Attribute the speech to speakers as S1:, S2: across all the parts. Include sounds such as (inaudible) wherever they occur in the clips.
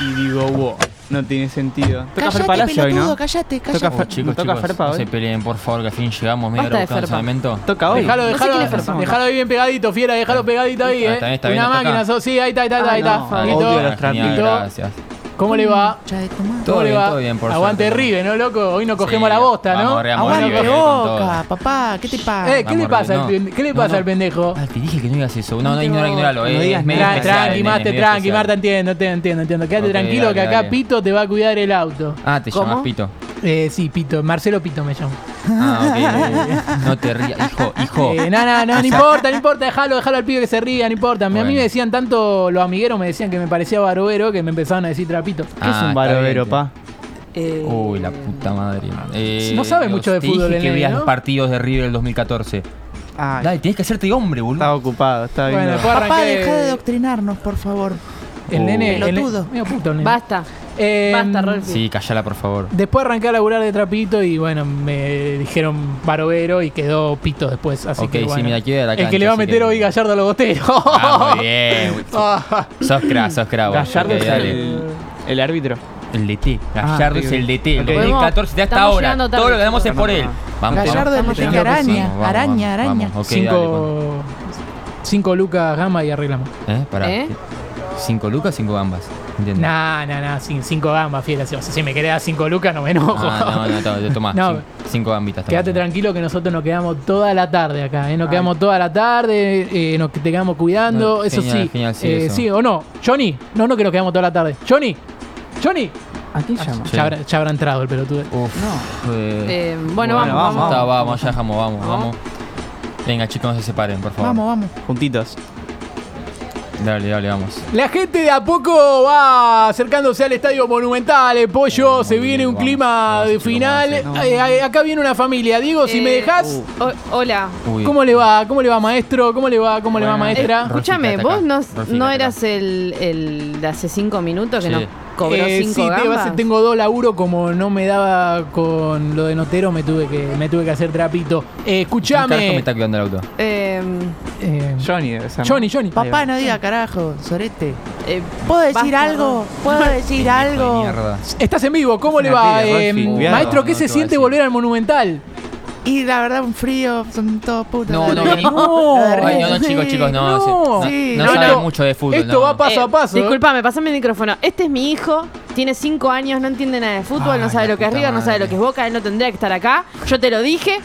S1: y digo, wow, no tiene sentido. Toca Fer
S2: Cállate,
S1: Palacio hoy,
S2: pelotudo,
S1: ¿no?
S2: cállate, cállate.
S1: Toca
S3: Oh,
S1: Fer-
S3: chicos,
S1: toca
S3: chicos,
S1: Ferpa
S3: no
S1: hoy.
S3: se peleen, por favor, que al fin llegamos medio
S2: Basta
S3: a
S2: de
S3: buscar un
S2: Ferpa.
S3: salvamento.
S1: Toca hoy.
S4: Dejalo,
S2: No sé
S4: dejalo,
S2: quién es Ferpa.
S4: dejalo ahí bien pegadito, fiera, dejalo pegadito ahí,
S3: Ah,
S4: eh.
S3: está bien, está bien,
S4: Una
S3: está
S4: máquina,
S3: acá.
S4: sos, sí, ahí está, ahí está, ahí
S1: Ah,
S4: está.
S1: no.
S3: Ahí
S4: Flaquito.
S1: Odio
S3: está,
S1: los
S3: genial,
S1: trapitos.
S3: gracias.
S4: ¿Cómo le va?
S2: Concha de tu madre.
S3: Todo
S4: ¿Cómo le
S3: bien,
S4: va?
S3: todo bien, por
S4: Aguante
S3: suerte.
S4: Rive, ¿no, loco? Hoy nos cogemos
S3: Sí,
S4: a la bosta, ¿no?
S3: vamos, re amor,
S4: Aguante,
S3: Rive.
S2: Aguante
S3: con
S2: boca,
S3: todo.
S2: papá, ¿qué te pasa?
S4: Eh, ¿qué le
S3: Vamos,
S4: pasa, al
S3: no.
S4: pen- ¿qué le
S3: No,
S4: pasa
S3: no.
S4: al pendejo?
S3: Ah, te dije que no digas eso. No, no, ignora, ignóralo.
S1: No
S3: eh,
S1: digas
S3: es medio
S1: nada.
S4: Tra-
S3: especial,
S4: tranqui,
S3: nene,
S4: Master,
S3: medio
S4: tranqui,
S3: especial.
S4: Marta, entiendo, te entiendo, entiendo. Quédate
S3: Ok,
S4: tranquilo
S3: dale,
S4: que acá
S3: dale.
S4: Pito te va a cuidar el auto.
S3: Ah, te
S2: ¿Cómo?
S3: llamas Pito.
S4: Eh, sí, Pito, Marcelo Pito me llamo. (laughs)
S3: Ah, ok. No te rías, hijo, hijo.
S4: Eh, no, no, no, (laughs) no importa, no importa, déjalo, déjalo al pibe que se ría, no importa. A mí
S3: Bueno.
S4: me decían tanto, los amigueros me decían que me parecía barovero que me empezaban a decir trapito.
S1: ¿Qué es
S3: Ah,
S1: un
S3: está
S1: barovero,
S3: bien.
S1: pa?
S2: Eh,
S4: Uh.
S3: Uy, la puta madre. Eh,
S4: No sabe
S3: Dios,
S4: mucho de
S3: te
S4: fútbol
S3: dije
S4: el
S3: que
S4: nene,
S3: veas
S4: ¿no?
S3: los partidos de River del 2014.
S1: Ay,
S3: Dale, tenés que hacerte hombre,
S1: estaba
S3: boludo.
S1: ocupado, estaba
S4: Bueno,
S1: viendo.
S4: después
S2: Papá,
S4: arranqué-
S2: deja de adoctrinarnos, por favor.
S4: El
S3: Oh.
S4: nene. el nene-
S2: Pelotudo.
S4: medio puto el nene.
S5: Basta.
S4: Eh,
S5: Basta, Rolfi.
S3: Sí, callala, por favor.
S4: Después arranqué a laburar de trapito y bueno, me dijeron barovero y quedó pito después. Así
S3: Ok,
S4: que
S3: sí,
S4: bueno.
S3: mira, quiero ir a la
S4: El
S3: cancha,
S4: que le va a
S3: así
S4: meter
S3: que-
S4: hoy Gallardo a los boteros. (laughs)
S3: Ah, muy bien. Sos cra, sos cra. vos.
S1: Gallardo
S3: Ok,
S1: es
S3: dale.
S1: el, el árbitro.
S3: El DT. Gallardo
S1: Ah,
S3: es
S1: ok.
S3: el DT. El
S1: Ok.
S3: 2014 de hasta
S5: Estamos
S3: ahora.
S5: llegando tarde,
S3: Todo lo que damos es
S1: chicos.
S3: por él. Vamos,
S2: Gallardo
S3: vamos.
S2: es el
S3: Vamos,
S2: araña,
S3: vamos, vamos,
S2: araña, araña.
S3: vamos. Ok, dale, vamos.
S4: cinco, cinco lucas gama y arreglamos.
S3: ¿Eh? Pará.
S5: ¿Eh?
S3: ¿Cinco lucas, cinco gambas? Ah, Entiendo.
S4: Nah, nah, nah, cin- cinco gambas, fiel. así, o sea, si me querés dar cinco lucas, no me enojo.
S3: Ah, no, no, no, tomá.
S4: No.
S3: cin- Cinco gambitas. tomá.
S4: Quédate tranquilo que nosotros nos quedamos toda la tarde acá, ¿eh? nos
S1: Ay.
S4: quedamos toda la tarde, eh, nos te quedamos cuidando,
S3: No,
S4: eso
S3: genial,
S4: sí.
S3: genial, sí,
S4: Eh,
S3: eso.
S4: sí o no, Johnny, no, no que nos quedamos toda la tarde. Johnny, Johnny,
S1: ¿A quién llama?
S3: Sí.
S4: ya, habrá, ya habrá entrado el pelotudo.
S3: Uf. eh,
S5: Eh, bueno, vamos,
S1: vamos,
S5: vamos.
S3: ya está,
S1: vamos.
S3: vamos, ya dejamos, vamos, vamos. Venga, chicos, no se separen, por favor.
S2: Vamos, vamos.
S1: Juntitos.
S3: Dale, dale, vamos.
S4: La gente de a poco va acercándose al estadio monumental, eh, pollo,
S3: Muy
S4: se
S3: bien,
S4: viene un
S3: vamos,
S4: clima
S3: vamos,
S4: de
S3: chicos,
S4: final.
S3: vamos,
S1: sí.
S4: Eh, eh, acá viene una familia, Diego, si
S5: Eh,
S4: me dejás,
S5: O- hola.
S3: Uy.
S4: ¿cómo le va? ¿Cómo le va, maestro? ¿Cómo le va? ¿Cómo le va,
S3: Bueno,
S4: maestra?
S3: eh,
S5: Escúchame,
S3: Rolfi,
S5: vos
S3: acá,
S5: no,
S3: Rolfi,
S5: no
S3: acá.
S5: eras el, el de hace cinco minutos que
S3: Sí.
S5: nos cobró
S4: Eh,
S5: cinco
S4: sí, te
S5: gambas.
S4: vas a- tengo dos laburo, como no me daba con lo de notero, me tuve que, me tuve que hacer trapito. Eh,
S3: Carajo, me
S4: escuchame.
S3: está cuidando el auto.
S5: Eh,
S4: eh,
S1: Johnny debe ser. ¿no?
S4: Johnny, Johnny.
S1: Ahí va.
S2: Papá, no diga carajo, sorete.
S5: eh,
S2: ¿Puedo decir
S5: basta,
S2: algo?
S5: Rolfi.
S2: ¿Puedo decir algo?
S3: Mierda.
S4: Estás en vivo, ¿cómo
S1: Es
S4: le
S1: una
S4: va?
S1: pila,
S4: eh,
S1: Rolfi, cuidado.
S4: maestro, ¿qué
S3: No,
S4: se
S3: no te
S4: siente
S3: voy a
S4: volver al Monumental?
S2: Y la verdad, un frío, son todos putos.
S3: No,
S2: (laughs)
S3: no, vení. Ay, no, no, chicos, chicos, no.
S4: No.
S3: se- No,
S2: Sí,
S3: no
S4: Eh, no,
S3: saben
S4: no.
S3: mucho de fútbol.
S4: Esto
S3: no.
S4: va pa- Paso
S5: Eh,
S4: a paso, eh.
S5: Disculpame, pasame el micrófono. Este es mi hijo, tiene cinco años, no entiende nada de fútbol,
S3: Ay,
S5: no sabe
S3: la
S5: lo que es
S3: puta
S5: River, no sabe
S3: madre.
S5: lo que es Boca, él no tendría que estar acá. Yo te lo dije.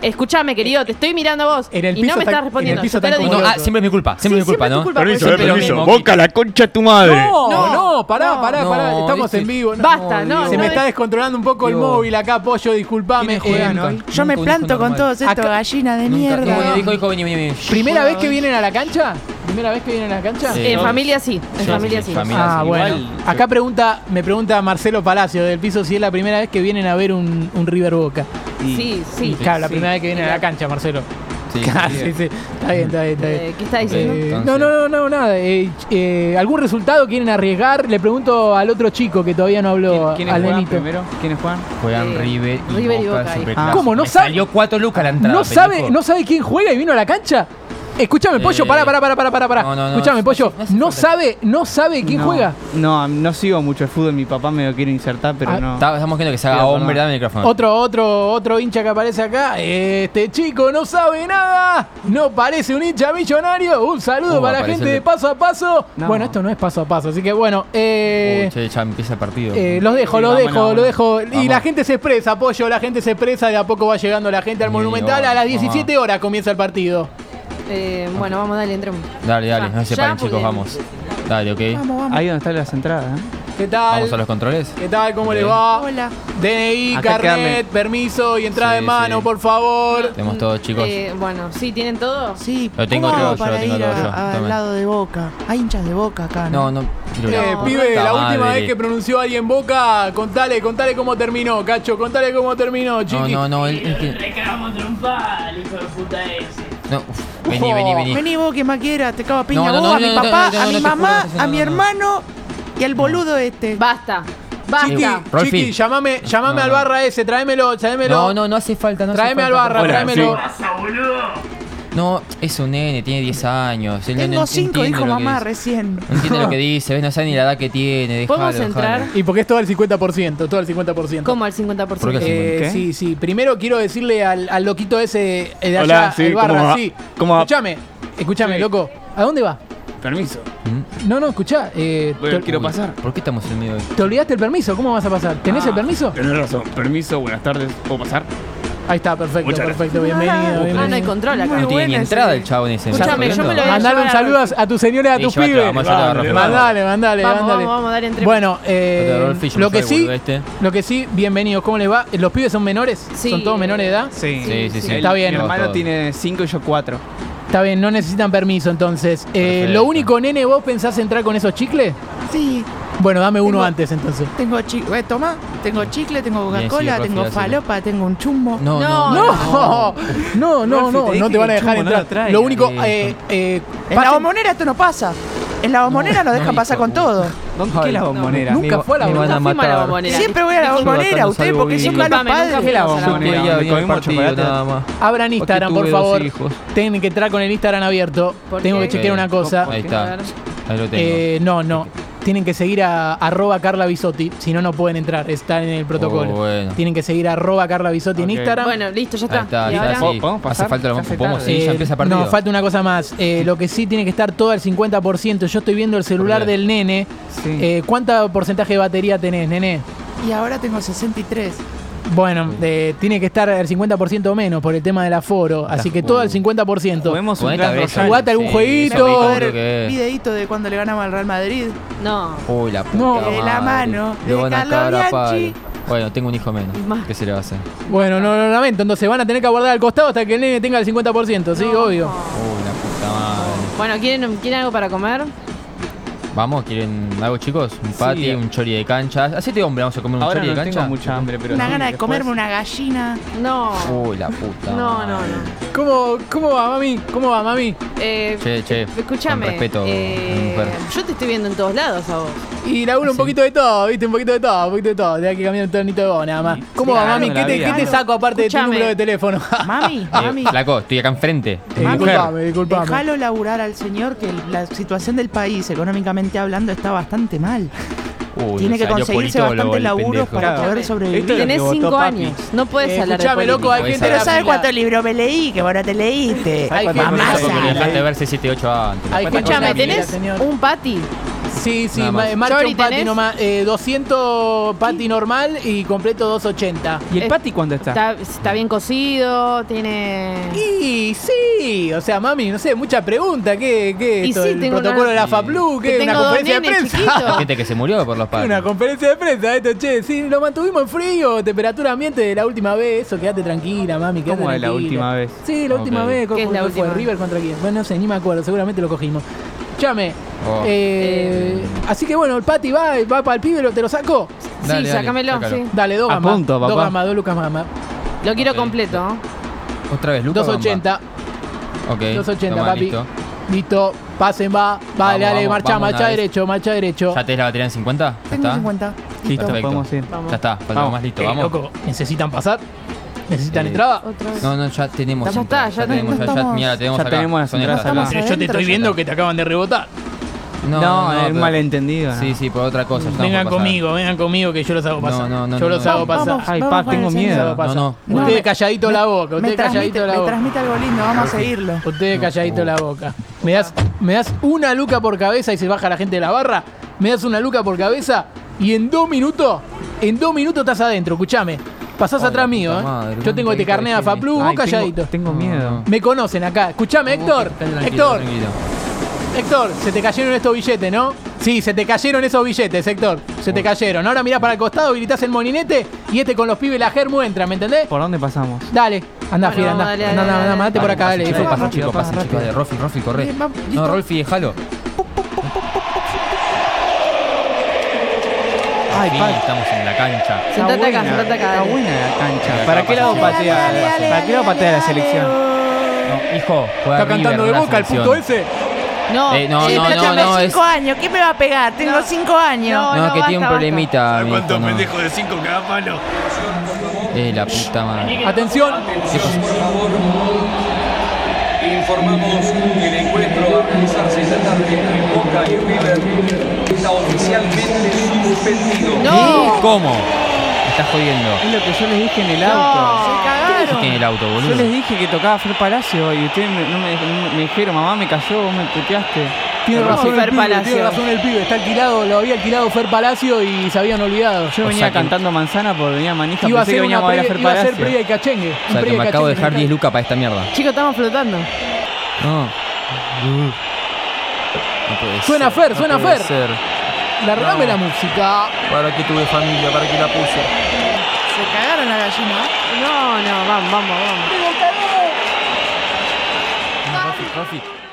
S5: Escúchame, querido, te estoy mirando a vos.
S4: En el
S5: y
S4: piso
S5: no me
S4: está-
S5: estás
S4: en el
S5: respondiendo.
S4: piso
S5: yo te
S4: está
S5: lo
S3: No,
S4: como
S5: dije.
S3: ah, siempre es mi culpa, siempre
S5: Sí,
S3: es mi culpa,
S5: siempre es
S3: ¿no?
S5: tu culpa,
S3: Permiso,
S5: porque
S3: eh,
S5: siempre
S3: permiso.
S5: lo
S3: Boca,
S6: la concha de tu madre.
S4: No, no,
S5: No,
S4: pará,
S5: no,
S4: pará, pará.
S3: Eh, no,
S4: Estamos
S3: ¿viste?
S4: en vivo. no.
S5: Ah, Basta, no,
S4: Se
S5: no
S4: me
S5: es-
S4: está descontrolando un poco el
S3: Digo,
S4: móvil acá, pollo, disculpame.
S3: ¿quiénes juegan
S4: Eh,
S3: hoy?
S2: Yo
S3: Nunca
S2: me
S3: un
S2: planto
S3: hijo
S2: con
S3: normal.
S2: todos estos
S4: Acá-
S2: gallinas de
S3: Nunca-
S2: mierda.
S3: No, dijo, dijo, vení, vení,
S4: (laughs)
S3: vení.
S4: ¿Primera vez que vienen a la cancha? ¿Primera vez que vienen a la cancha?
S3: Sí.
S5: En familia sí,
S3: Sí,
S5: en familia
S3: sí,
S5: sí.
S3: familia. Mira,
S4: Ah,
S3: sí,
S4: bueno.
S1: igual-
S4: Acá pregunta, me pregunta Marcelo Palacio del piso si es la primera vez que vienen a ver un, un River Boca.
S1: Y-
S5: Sí, sí.
S4: Claro, la
S1: sí.
S4: primera vez que vienen a la
S5: Mira.
S4: cancha, Marcelo.
S3: Sí,
S4: Claro,
S3: sí.
S4: sí, sí. Está bien, está bien, está bien.
S5: Eh, ¿Qué está
S4: Eh,
S5: diciendo?
S3: entonces-
S4: no, no, no, no, nada. Eh, eh, ¿Algún resultado quieren arriesgar? Le pregunto al otro chico que todavía no habló,
S1: ¿Quién- ¿Quiénes
S4: al
S1: juegan
S4: nenito.
S1: primero? ¿Quiénes juegan?
S3: Juegan
S5: Eh,
S3: River y
S5: River y
S3: Boca,
S5: Boca,
S3: Superclásico.
S1: ahí.
S4: ¿Cómo? ¿No
S3: Me
S4: sabe?
S3: Salió cuatro lucas la entrada.
S4: ¿No sabe,
S3: pendejo.
S4: ¿No sabe quién juega y vino a la cancha? Escúchame, pollo,
S3: Eh,
S4: pará, pará, pará, pará, pará, pará.
S3: no, no, no,
S4: Escúchame,
S3: no,
S4: pollo.
S3: no hace
S4: No
S3: falta.
S4: sabe, no sabe quién
S1: No,
S4: juega.
S1: No, no sigo mucho el fútbol. Mi papá me lo quiere insertar, pero
S4: Ah,
S1: no.
S3: Está- Estamos queriendo que se haga
S1: Perdón.
S3: hombre, dame el micrófono.
S4: Otro, otro, otro hincha que aparece acá. Este chico no sabe nada. No parece un hincha millonario. Un saludo
S3: Uh,
S4: para la
S3: aparece
S4: gente
S3: el-
S4: de paso a paso.
S1: No.
S4: Bueno, esto no es paso a paso, así que bueno. eh,
S3: Uy, che, ya empieza el partido.
S4: eh, los dejo,
S1: Sí,
S4: los
S1: vamos,
S4: dejo,
S1: vamos.
S4: los dejo. Y
S3: Vamos.
S4: la gente se expresa, apoyo, la gente se expresa. De a poco va llegando la gente al
S3: Sí,
S4: Monumental. A
S3: vamos,
S4: las 17 horas comienza el partido.
S5: Eh, bueno, vamos, dale, entremos.
S3: Dale, dale,
S5: Ya,
S3: no se separen,
S5: ya, porque-
S3: chicos, vamos. Dale, ok.
S2: Vamos, vamos.
S1: Ahí donde están las entradas. ¿eh?
S4: ¿Qué tal?
S3: Vamos a los controles.
S4: ¿Qué tal? ¿Cómo
S3: Ok.
S4: les va?
S2: Hola.
S4: DNI,
S1: Acá
S4: carnet,
S1: quedarme.
S4: permiso y entrada
S3: Sí,
S4: de mano,
S3: sí.
S4: por favor.
S3: Tenemos todo, chicos.
S5: Eh, bueno, sí, ¿tienen todo?
S2: Sí,
S3: Lo tengo
S2: ¿cómo
S3: yo,
S2: hago
S3: yo lo
S2: para
S3: tengo
S2: ir
S3: todo
S2: a-
S3: yo,
S2: al
S3: tome.
S2: lado de Boca. Hay hinchas de Boca acá,
S3: No,
S2: ¿no?
S3: no. quiero ir.
S4: Eh,
S5: No,
S4: pibe, la
S3: puta
S4: última
S3: madre.
S4: vez que pronunció alguien boca, contale, contale cómo terminó, cacho, contale cómo terminó,
S3: No,
S4: chiqui.
S3: no, no, él. él tiene- No, uf, vení,
S4: Oh,
S3: vení, vení.
S2: Vení vos que más quiera, te cago a piña
S3: No, no,
S2: vos,
S3: no,
S2: a mi
S3: no, no,
S2: papá,
S3: no, no,
S2: a
S3: no,
S2: mi
S3: te
S2: mamá,
S3: juro, no,
S2: a mi
S3: no, no.
S2: hermano y al boludo este.
S5: Basta,
S4: Chiqui,
S5: basta.
S3: Rolfi.
S4: chiqui, llamame, llamame
S3: No,
S4: al
S3: no.
S4: barra ese, tráemelo, tráemelo.
S3: No, no, no hace falta. No hace
S4: Tráeme al
S3: falta.
S4: barra,
S6: Hola,
S4: tráemelo.
S6: sí.
S3: No, es un nene, tiene 10 años. él no- no
S2: Tengo cinco,
S3: entiende
S2: dijo
S3: lo que
S2: mamá
S3: dice. (laughs)
S2: recién.
S3: No entiende lo que dice, ¿ves? No sabe ni la edad que tiene. déjalo,
S5: ¿Podemos entrar?
S3: déjalo.
S4: Y porque es todo el 50%, todo el 50%.
S5: ¿Cómo al 50%?
S3: ¿Por qué?
S4: Eh,
S1: ¿Qué?
S4: sí, sí. Primero quiero decirle al, al loquito ese eh, de allá,
S1: Hola, sí,
S4: el barra,
S1: ¿cómo va?
S4: sí.
S1: ¿Cómo va?
S4: Escúchame, escúchame,
S1: Sí.
S4: loco. ¿A dónde va?
S1: Permiso.
S3: ¿Mm?
S4: No, no, escuchá. eh,
S1: Bueno,
S4: te,
S1: quiero
S3: Uy,
S1: pasar.
S3: ¿Por qué estamos en medio de.?
S4: te olvidaste el permiso? ¿Cómo vas a pasar? ¿Tenés
S3: Ah.
S4: el permiso?
S1: Tenés razón. Permiso, buenas tardes. ¿Puedo pasar?
S4: Ahí está, perfecto,
S1: Muchas
S4: perfecto.
S2: Ah,
S4: Bienvenido,
S5: Ah, no hay
S4: bienvenido.
S5: control acá.
S3: No tiene ni
S2: buena
S3: entrada
S2: esa.
S3: el chavo en ese.
S5: Escuchame,
S3: ¿me
S5: yo
S3: estás
S5: me lo voy a
S4: Mandale un
S5: llevar a
S4: saludo a, a tu señora y a
S3: Sí,
S4: tus
S3: llévatelo,
S4: pibes.
S3: vamos, llévatelo a Rolfi.
S4: Mandale, mandale,
S5: Vamos,
S4: mandale.
S5: vamos, vamos, dale, entre-
S4: Bueno,
S3: Llévatelo a
S4: eh,
S3: Rolfi, yo
S4: lo
S3: no
S4: que
S3: salgo,
S4: sí,
S3: boludo, este.
S4: lo que sí, bienvenidos. ¿Cómo les va? ¿Los pibes son menores?
S5: Sí.
S4: ¿Son todos menores de edad?
S1: Sí.
S3: Sí, sí, sí.
S1: El-
S4: Está bien.
S1: Mi hermano
S3: Todo.
S1: tiene 5 y yo 4.
S4: Está bien, no necesitan permiso entonces. Eh,
S3: Perfecto.
S4: lo único, nene, ¿vos pensás entrar con esos chicles?
S2: Sí,
S4: Bueno, dame uno
S2: Tengo-
S4: antes entonces.
S2: tengo chicle. toma, tengo chicle, tengo
S3: Bien, sí,
S2: Coca-Cola,
S3: Rafi,
S2: tengo
S3: hacelo.
S2: falopa, tengo un chumbo.
S3: No,
S5: No,
S3: no, no.
S4: No, no, no,
S1: Rolfi, te
S4: no,
S1: dije
S4: no te
S1: que
S4: van a
S1: el
S4: dejar
S1: chumbo no
S4: entrar.
S1: lo traiga.
S4: lo único,
S3: Sí,
S4: eh, eh,
S2: En
S4: pasen-
S2: la bombonera esto no pasa. En la bombonera
S3: no,
S2: nos dejan
S3: hijo
S2: pasar con
S3: de-
S2: todo.
S1: ¿Dónde qué es la bombonera?
S4: nunca fue a la
S3: me van
S4: bombonera.
S3: a
S5: Nunca fuimos a la
S3: matar.
S5: bombonera.
S2: Siempre voy a la
S5: Disculpa,
S2: bombonera,
S3: no
S2: ustedes
S3: salgo
S2: porque son
S3: bien.
S2: malos
S5: Disculpame, nunca
S1: ¿Qué es
S2: padres.
S1: la
S5: Vamos a la
S3: Yo
S1: bombonera?
S3: podía
S1: ¿Dónde
S3: venir
S1: comimos
S3: por ti,
S1: chocolate?
S3: nada más.
S4: Abran
S3: Porque
S4: Instagram, por
S3: tuve dos
S4: favor.
S3: hijos.
S4: Tienen que entrar con el Instagram abierto.
S5: ¿Por
S4: Tengo
S5: qué?
S4: que chequear una
S3: Eh,
S4: cosa.
S3: Ahí
S5: A
S3: está.
S5: ver.
S3: Ahí lo tengo.
S4: Eh, no, no. Tienen que seguir a arroba Carla Bisotti. Si no, no pueden entrar. Están en el protocolo.
S3: Oh, bueno.
S4: Tienen que seguir a arroba Carla Bisotti
S1: Ok.
S4: en Instagram.
S5: Bueno, listo,
S3: Ahí
S5: ya está.
S3: está,
S5: ¿Y
S3: ya
S5: ahora?
S3: está, sí.
S1: ¿Podemos pasar?
S3: Hace falta la
S1: Ya hace
S3: ¿Podemos?
S1: tarde.
S3: Sí,
S4: Eh,
S3: ya empieza partido.
S4: No, falta una cosa más. Eh, lo que sí tiene que estar todo al 50%. Yo estoy viendo el celular
S3: Olvidé.
S4: del nene.
S1: Sí.
S4: Eh, ¿Cuánto porcentaje de batería tenés, nene?
S2: Y ahora tengo 63.
S4: Bueno, eh, tiene que estar al 50% o menos por el tema del aforo. Así que todo al 50%.
S1: Comemos un
S3: Cuarenta
S1: gran
S3: veces.
S1: rosario.
S4: Jugate algún
S3: Sí,
S4: jueguito.
S3: eso me dijo
S2: Ver,
S3: que-
S2: videíto de cuando le ganamos al Real Madrid.
S5: No.
S3: Uy, la puta
S4: No.
S3: madre.
S2: De la mano,
S3: Lo
S2: de
S3: van a
S2: Carlo
S3: cagar a palo.
S2: Bianchi.
S3: Bueno, tengo un hijo menos.
S5: Ma.
S3: ¿Qué se le va a hacer?
S4: Bueno, no lo lamento. Entonces van a tener que abordar al costado hasta que el nene tenga el 50%. Sí,
S5: No.
S4: obvio.
S3: Uy, la puta madre.
S5: Bueno, ¿quieren, ¿quieren algo para comer?
S3: Vamos, ¿quieren algo, chicos? Un patty,
S1: Sí.
S3: un chori de cancha. Hacete hombre, vamos a comer un
S1: Ahora
S3: chori
S1: no
S3: de cancha.
S1: tengo mucha hambre, pero
S2: Una
S1: sí,
S2: gana de
S1: después-
S2: comerme una gallina.
S5: No.
S3: Uy, la puta.
S5: No, no,
S3: madre.
S5: no.
S4: ¿Cómo, ¿Cómo va, mami? ¿Cómo va, mami?
S5: Eh,
S3: Che, che,
S5: Escúchame.
S3: con respeto a mi
S5: eh,
S3: mujer.
S5: yo te estoy viendo en todos lados a vos.
S4: Y laburo un poquito de todo, ¿viste? Un poquito de todo, un poquito de todo. Tenés que cambiar un tonito de voz, nada más. ¿Cómo va,
S1: claro,
S4: mami? ¿Qué
S1: la
S4: te,
S1: vida.
S4: qué te saco aparte de tu
S5: Escuchame.
S4: número de teléfono? (laughs)
S3: (laughs)
S2: Mami,
S3: Eh,
S2: mami.
S3: flaco, estoy acá enfrente. Tu
S2: Mami.
S3: mujer.
S4: disculpame, disculpame.
S2: Déjalo laburar al señor que la situación del país, económicamente hablando, está bastante mal.
S3: Uy,
S2: Tiene
S3: me
S2: que
S3: salió
S2: conseguirse
S3: politólogo
S2: bastantes
S3: el
S2: laburos
S3: pendejo.
S2: para
S1: Claro.
S2: poder
S1: Esto es
S2: sobrevivir.
S1: lo que
S5: Tenés
S1: votó
S5: cinco
S1: papi.
S5: años. No puedes
S4: Eh,
S5: hablar de
S4: escuchame, loco,
S5: política.
S4: hay gente-
S2: Pero
S3: Esa-
S2: ¿sabes
S5: Mira.
S2: cuántos libros me leí? Que vos no te leíste.
S4: Hay
S1: Ay,
S4: gente-
S1: cuántas
S2: mamasa.
S1: cosas
S3: Porque
S1: que
S3: Me
S1: le-
S3: dejaste de ver 6, 7, 8 antes.
S4: Ay,
S3: Después
S4: escuchame,
S3: te
S5: Escúchame,
S3: vas a
S4: Mira,
S5: ¿tenés
S4: señor.
S5: un patty?
S4: Sí, sí,
S3: Nada más.
S4: ma- marcha
S5: Chori,
S4: un pati
S5: ¿tenés?
S4: nomás. Eh, 200 pati normal y completo 280.
S1: ¿Y el patty cuándo está?
S5: Está, está bien cocido, tiene...
S4: Y sí, o sea, mami, no sé, mucha pregunta. ¿Qué, qué es
S5: Y
S4: esto?
S5: sí,
S4: ¿El
S5: tengo
S4: protocolo
S5: una-
S4: de la FAPLU? ¿Qué?
S5: que
S4: ¿Una
S5: tengo dos
S4: conferencia de
S5: nenes
S4: prensa?
S3: Hay (laughs)
S5: chiquitos.
S3: gente que se murió por los padres.
S4: Una conferencia de prensa, esto, che, sí, lo mantuvimos en frío, temperatura ambiente de la última vez, eso, quédate tranquila, mami, quédate
S1: ¿Cómo de la
S4: tranquila.
S1: última vez?
S4: Sí, la última
S3: Ok.
S4: vez, ¿cómo
S5: ¿Qué es la
S4: fue?
S5: última?
S4: ¿River contra quién? Bueno, no sé, ni me acuerdo, seguramente lo cogimos. Chame,
S3: Oh.
S4: eh, así que bueno, el Pati va, va para el pibe, lo- te lo saco.
S3: Dale,
S5: sí,
S3: dale,
S5: sácamelo,
S3: sácalo.
S5: sí.
S4: Dale, dos
S1: A
S4: gamas.
S1: punto,
S4: Dos
S1: papá.
S4: gamas, dos lucas más.
S5: Lo quiero
S3: Ok.
S5: completo. ¿no?
S3: Otra vez, Lucas.
S4: 280,
S3: Ok.
S4: 280,
S3: toma,
S4: papi.
S3: listo.
S4: listo, pasen, va, vale, dale,
S3: vamos,
S4: marcha,
S3: vamos una
S4: marcha
S3: vez.
S4: derecho, marcha derecho.
S3: ¿Ya tenés la batería en 50? ¿Ya
S2: Tengo
S3: está?
S2: 50.
S1: Listo,
S3: Perfecto.
S1: podemos ir.
S5: Vamos.
S3: Ya está, falta
S1: Vamos.
S3: más listo,
S4: Eh,
S3: vamos.
S4: loco, ¿necesitan pasar? ¿Necesitan
S3: Eh,
S4: entrada?
S5: Otra vez.
S3: No, no, ya tenemos.
S5: Ya
S3: entrada,
S5: está, ya
S3: tenemos. Ya, ya,
S2: estamos-
S3: mira, la tenemos
S1: ya
S3: acá.
S1: tenemos las
S3: Son
S1: entradas
S3: estas.
S2: Estamos
S4: Pero yo te
S2: adentro,
S4: estoy
S2: ya
S4: viendo que te acaban de rebotar.
S1: No, es
S3: pero-
S1: un malentendido. ¿no?
S3: Sí, sí, por otra cosa. ya no
S4: Vengan
S3: puedo pasar.
S4: conmigo, vengan conmigo que yo los hago
S3: No,
S4: pasar.
S3: no, no,
S4: yo
S3: no,
S4: los
S3: no.
S4: hago pasar.
S2: Vamos,
S1: Ay,
S2: vamos
S1: pa,
S2: con
S1: tengo
S2: el
S1: miedo.
S4: Los
S2: señor.
S4: hago pasar.
S3: No, no.
S4: Ustedes
S2: No,
S4: calladito la boca,
S2: Me
S4: ustedes
S2: transmite,
S4: calladito la
S2: me
S4: boca.
S2: transmite algo lindo, vamos a seguirlo.
S4: Ustedes calladito la boca. Me das, me das una luca por cabeza y se baja la gente de la barra. Me das una luca por cabeza y en dos minutos, en dos minutos estás adentro, escuchame. Pasás
S3: Ay,
S4: atrás
S3: la
S4: mío,
S3: puta
S4: ¿eh?
S3: madre,
S4: Yo tengo
S3: ¿cuánto
S4: este
S3: hijo de
S4: carnet de
S3: tiene?
S4: Faplu,
S1: Ay,
S4: vos
S1: tengo-
S4: calladito.
S1: Tengo
S3: No,
S1: miedo.
S3: no.
S4: Me conocen acá. Escuchame, Héctor.
S3: Tranquilo,
S4: Héctor.
S3: tranquilo.
S4: Héctor, se te cayeron estos billetes, ¿no? Sí, se te cayeron esos billetes, Héctor. Se te cayeron. Ahora mirás para el costado, gritás el molinete y este con los pibes la germu entra, ¿me entendés?
S1: ¿Por dónde pasamos?
S4: Dale, anda,
S5: Bueno,
S4: Fiera, anda.
S5: dale,
S4: Anda,
S5: dale,
S4: anda,
S5: dale,
S4: anda, mandate
S5: dale.
S4: por acá,
S3: Pasa,
S4: dale.
S3: Chico,
S1: Vamos,
S3: pasa,
S1: rápido,
S3: chico,
S1: pasa,
S3: pasa, chico.
S1: rápido.
S3: Dale, Rolfi, Rolfi, corre.
S2: Bien, vamos,
S3: No,
S2: listo.
S3: Rolfi, déjalo.
S1: Ay,
S3: Sí,
S1: pa.
S3: estamos en la cancha.
S1: está
S5: Sentate acá,
S1: buena,
S5: sentate acá,
S1: Está
S5: dale.
S1: buena la cancha.
S3: Acá
S1: ¿Para qué lado
S3: pasa.
S1: patea?
S2: Dale, dale,
S1: ¿Para qué lado
S2: dale,
S1: patea la
S2: dale,
S1: selección?
S3: No, hijo, juega
S4: Está cantando de boca el puto
S3: punto
S4: ese.
S5: No,
S3: Eh, no,
S5: eh,
S2: Sí,
S3: no,
S2: pero
S5: pero
S3: no,
S5: escúchame,
S2: tengo
S3: no, es-
S2: cinco años, ¿quién me va a pegar? Tengo
S5: No.
S2: cinco años.
S5: No,
S3: No, que
S5: basta,
S3: tiene un
S5: basta.
S3: problemita. mi hijo,
S6: ¿Cuántos
S3: no.
S6: pendejos de 5 cada palo?
S4: Ah,
S3: Eh, la puta madre.
S4: Atención.
S6: Informamos que el encuentro a realizarse esta tarde entre Boca y River está oficialmente suspendido.
S5: No.
S3: ¿Cómo? Me estás jodiendo.
S1: Es lo que yo les dije en el auto.
S5: No. Se
S3: ¿Qué
S5: cagaron.
S3: tiene el auto,
S1: Yo les
S3: boludo?
S1: dije que tocaba Fer Palacio y ustedes me, no me, no me- me dijeron, mamá, me cayó, vos me puteaste.
S4: Tiene
S5: Hermoso
S4: razón, el
S5: Fer
S4: pibe,
S5: Palacio.
S4: tiene razón el pibe, está alquilado, lo había alquilado Fer Palacio y se habían olvidado.
S1: Yo
S3: O
S1: venía
S3: sea que-
S1: cantando manzana por venía manija,
S4: Iba a
S1: pensé que
S4: ser una
S1: veníamos a ver a
S4: previa-
S1: Fer
S4: iba a ser previa
S1: Palacio.
S4: de cachengue. un
S3: O sea, que
S4: previa
S3: me acabo de
S4: cachengue
S3: dejar 10 lucas para esta mierda.
S5: Chicos, estamos flotando.
S3: No. No puede
S4: Suena
S3: ser,
S4: Fer,
S3: no
S4: suena
S3: puede
S4: Fer.
S3: ser.
S4: Largame la música.
S7: Para que tuve familia, para que la puse.
S2: Se cagaron la gallina.
S5: No, no, vamos, vamos, vamos.
S3: Rafi, Rafi.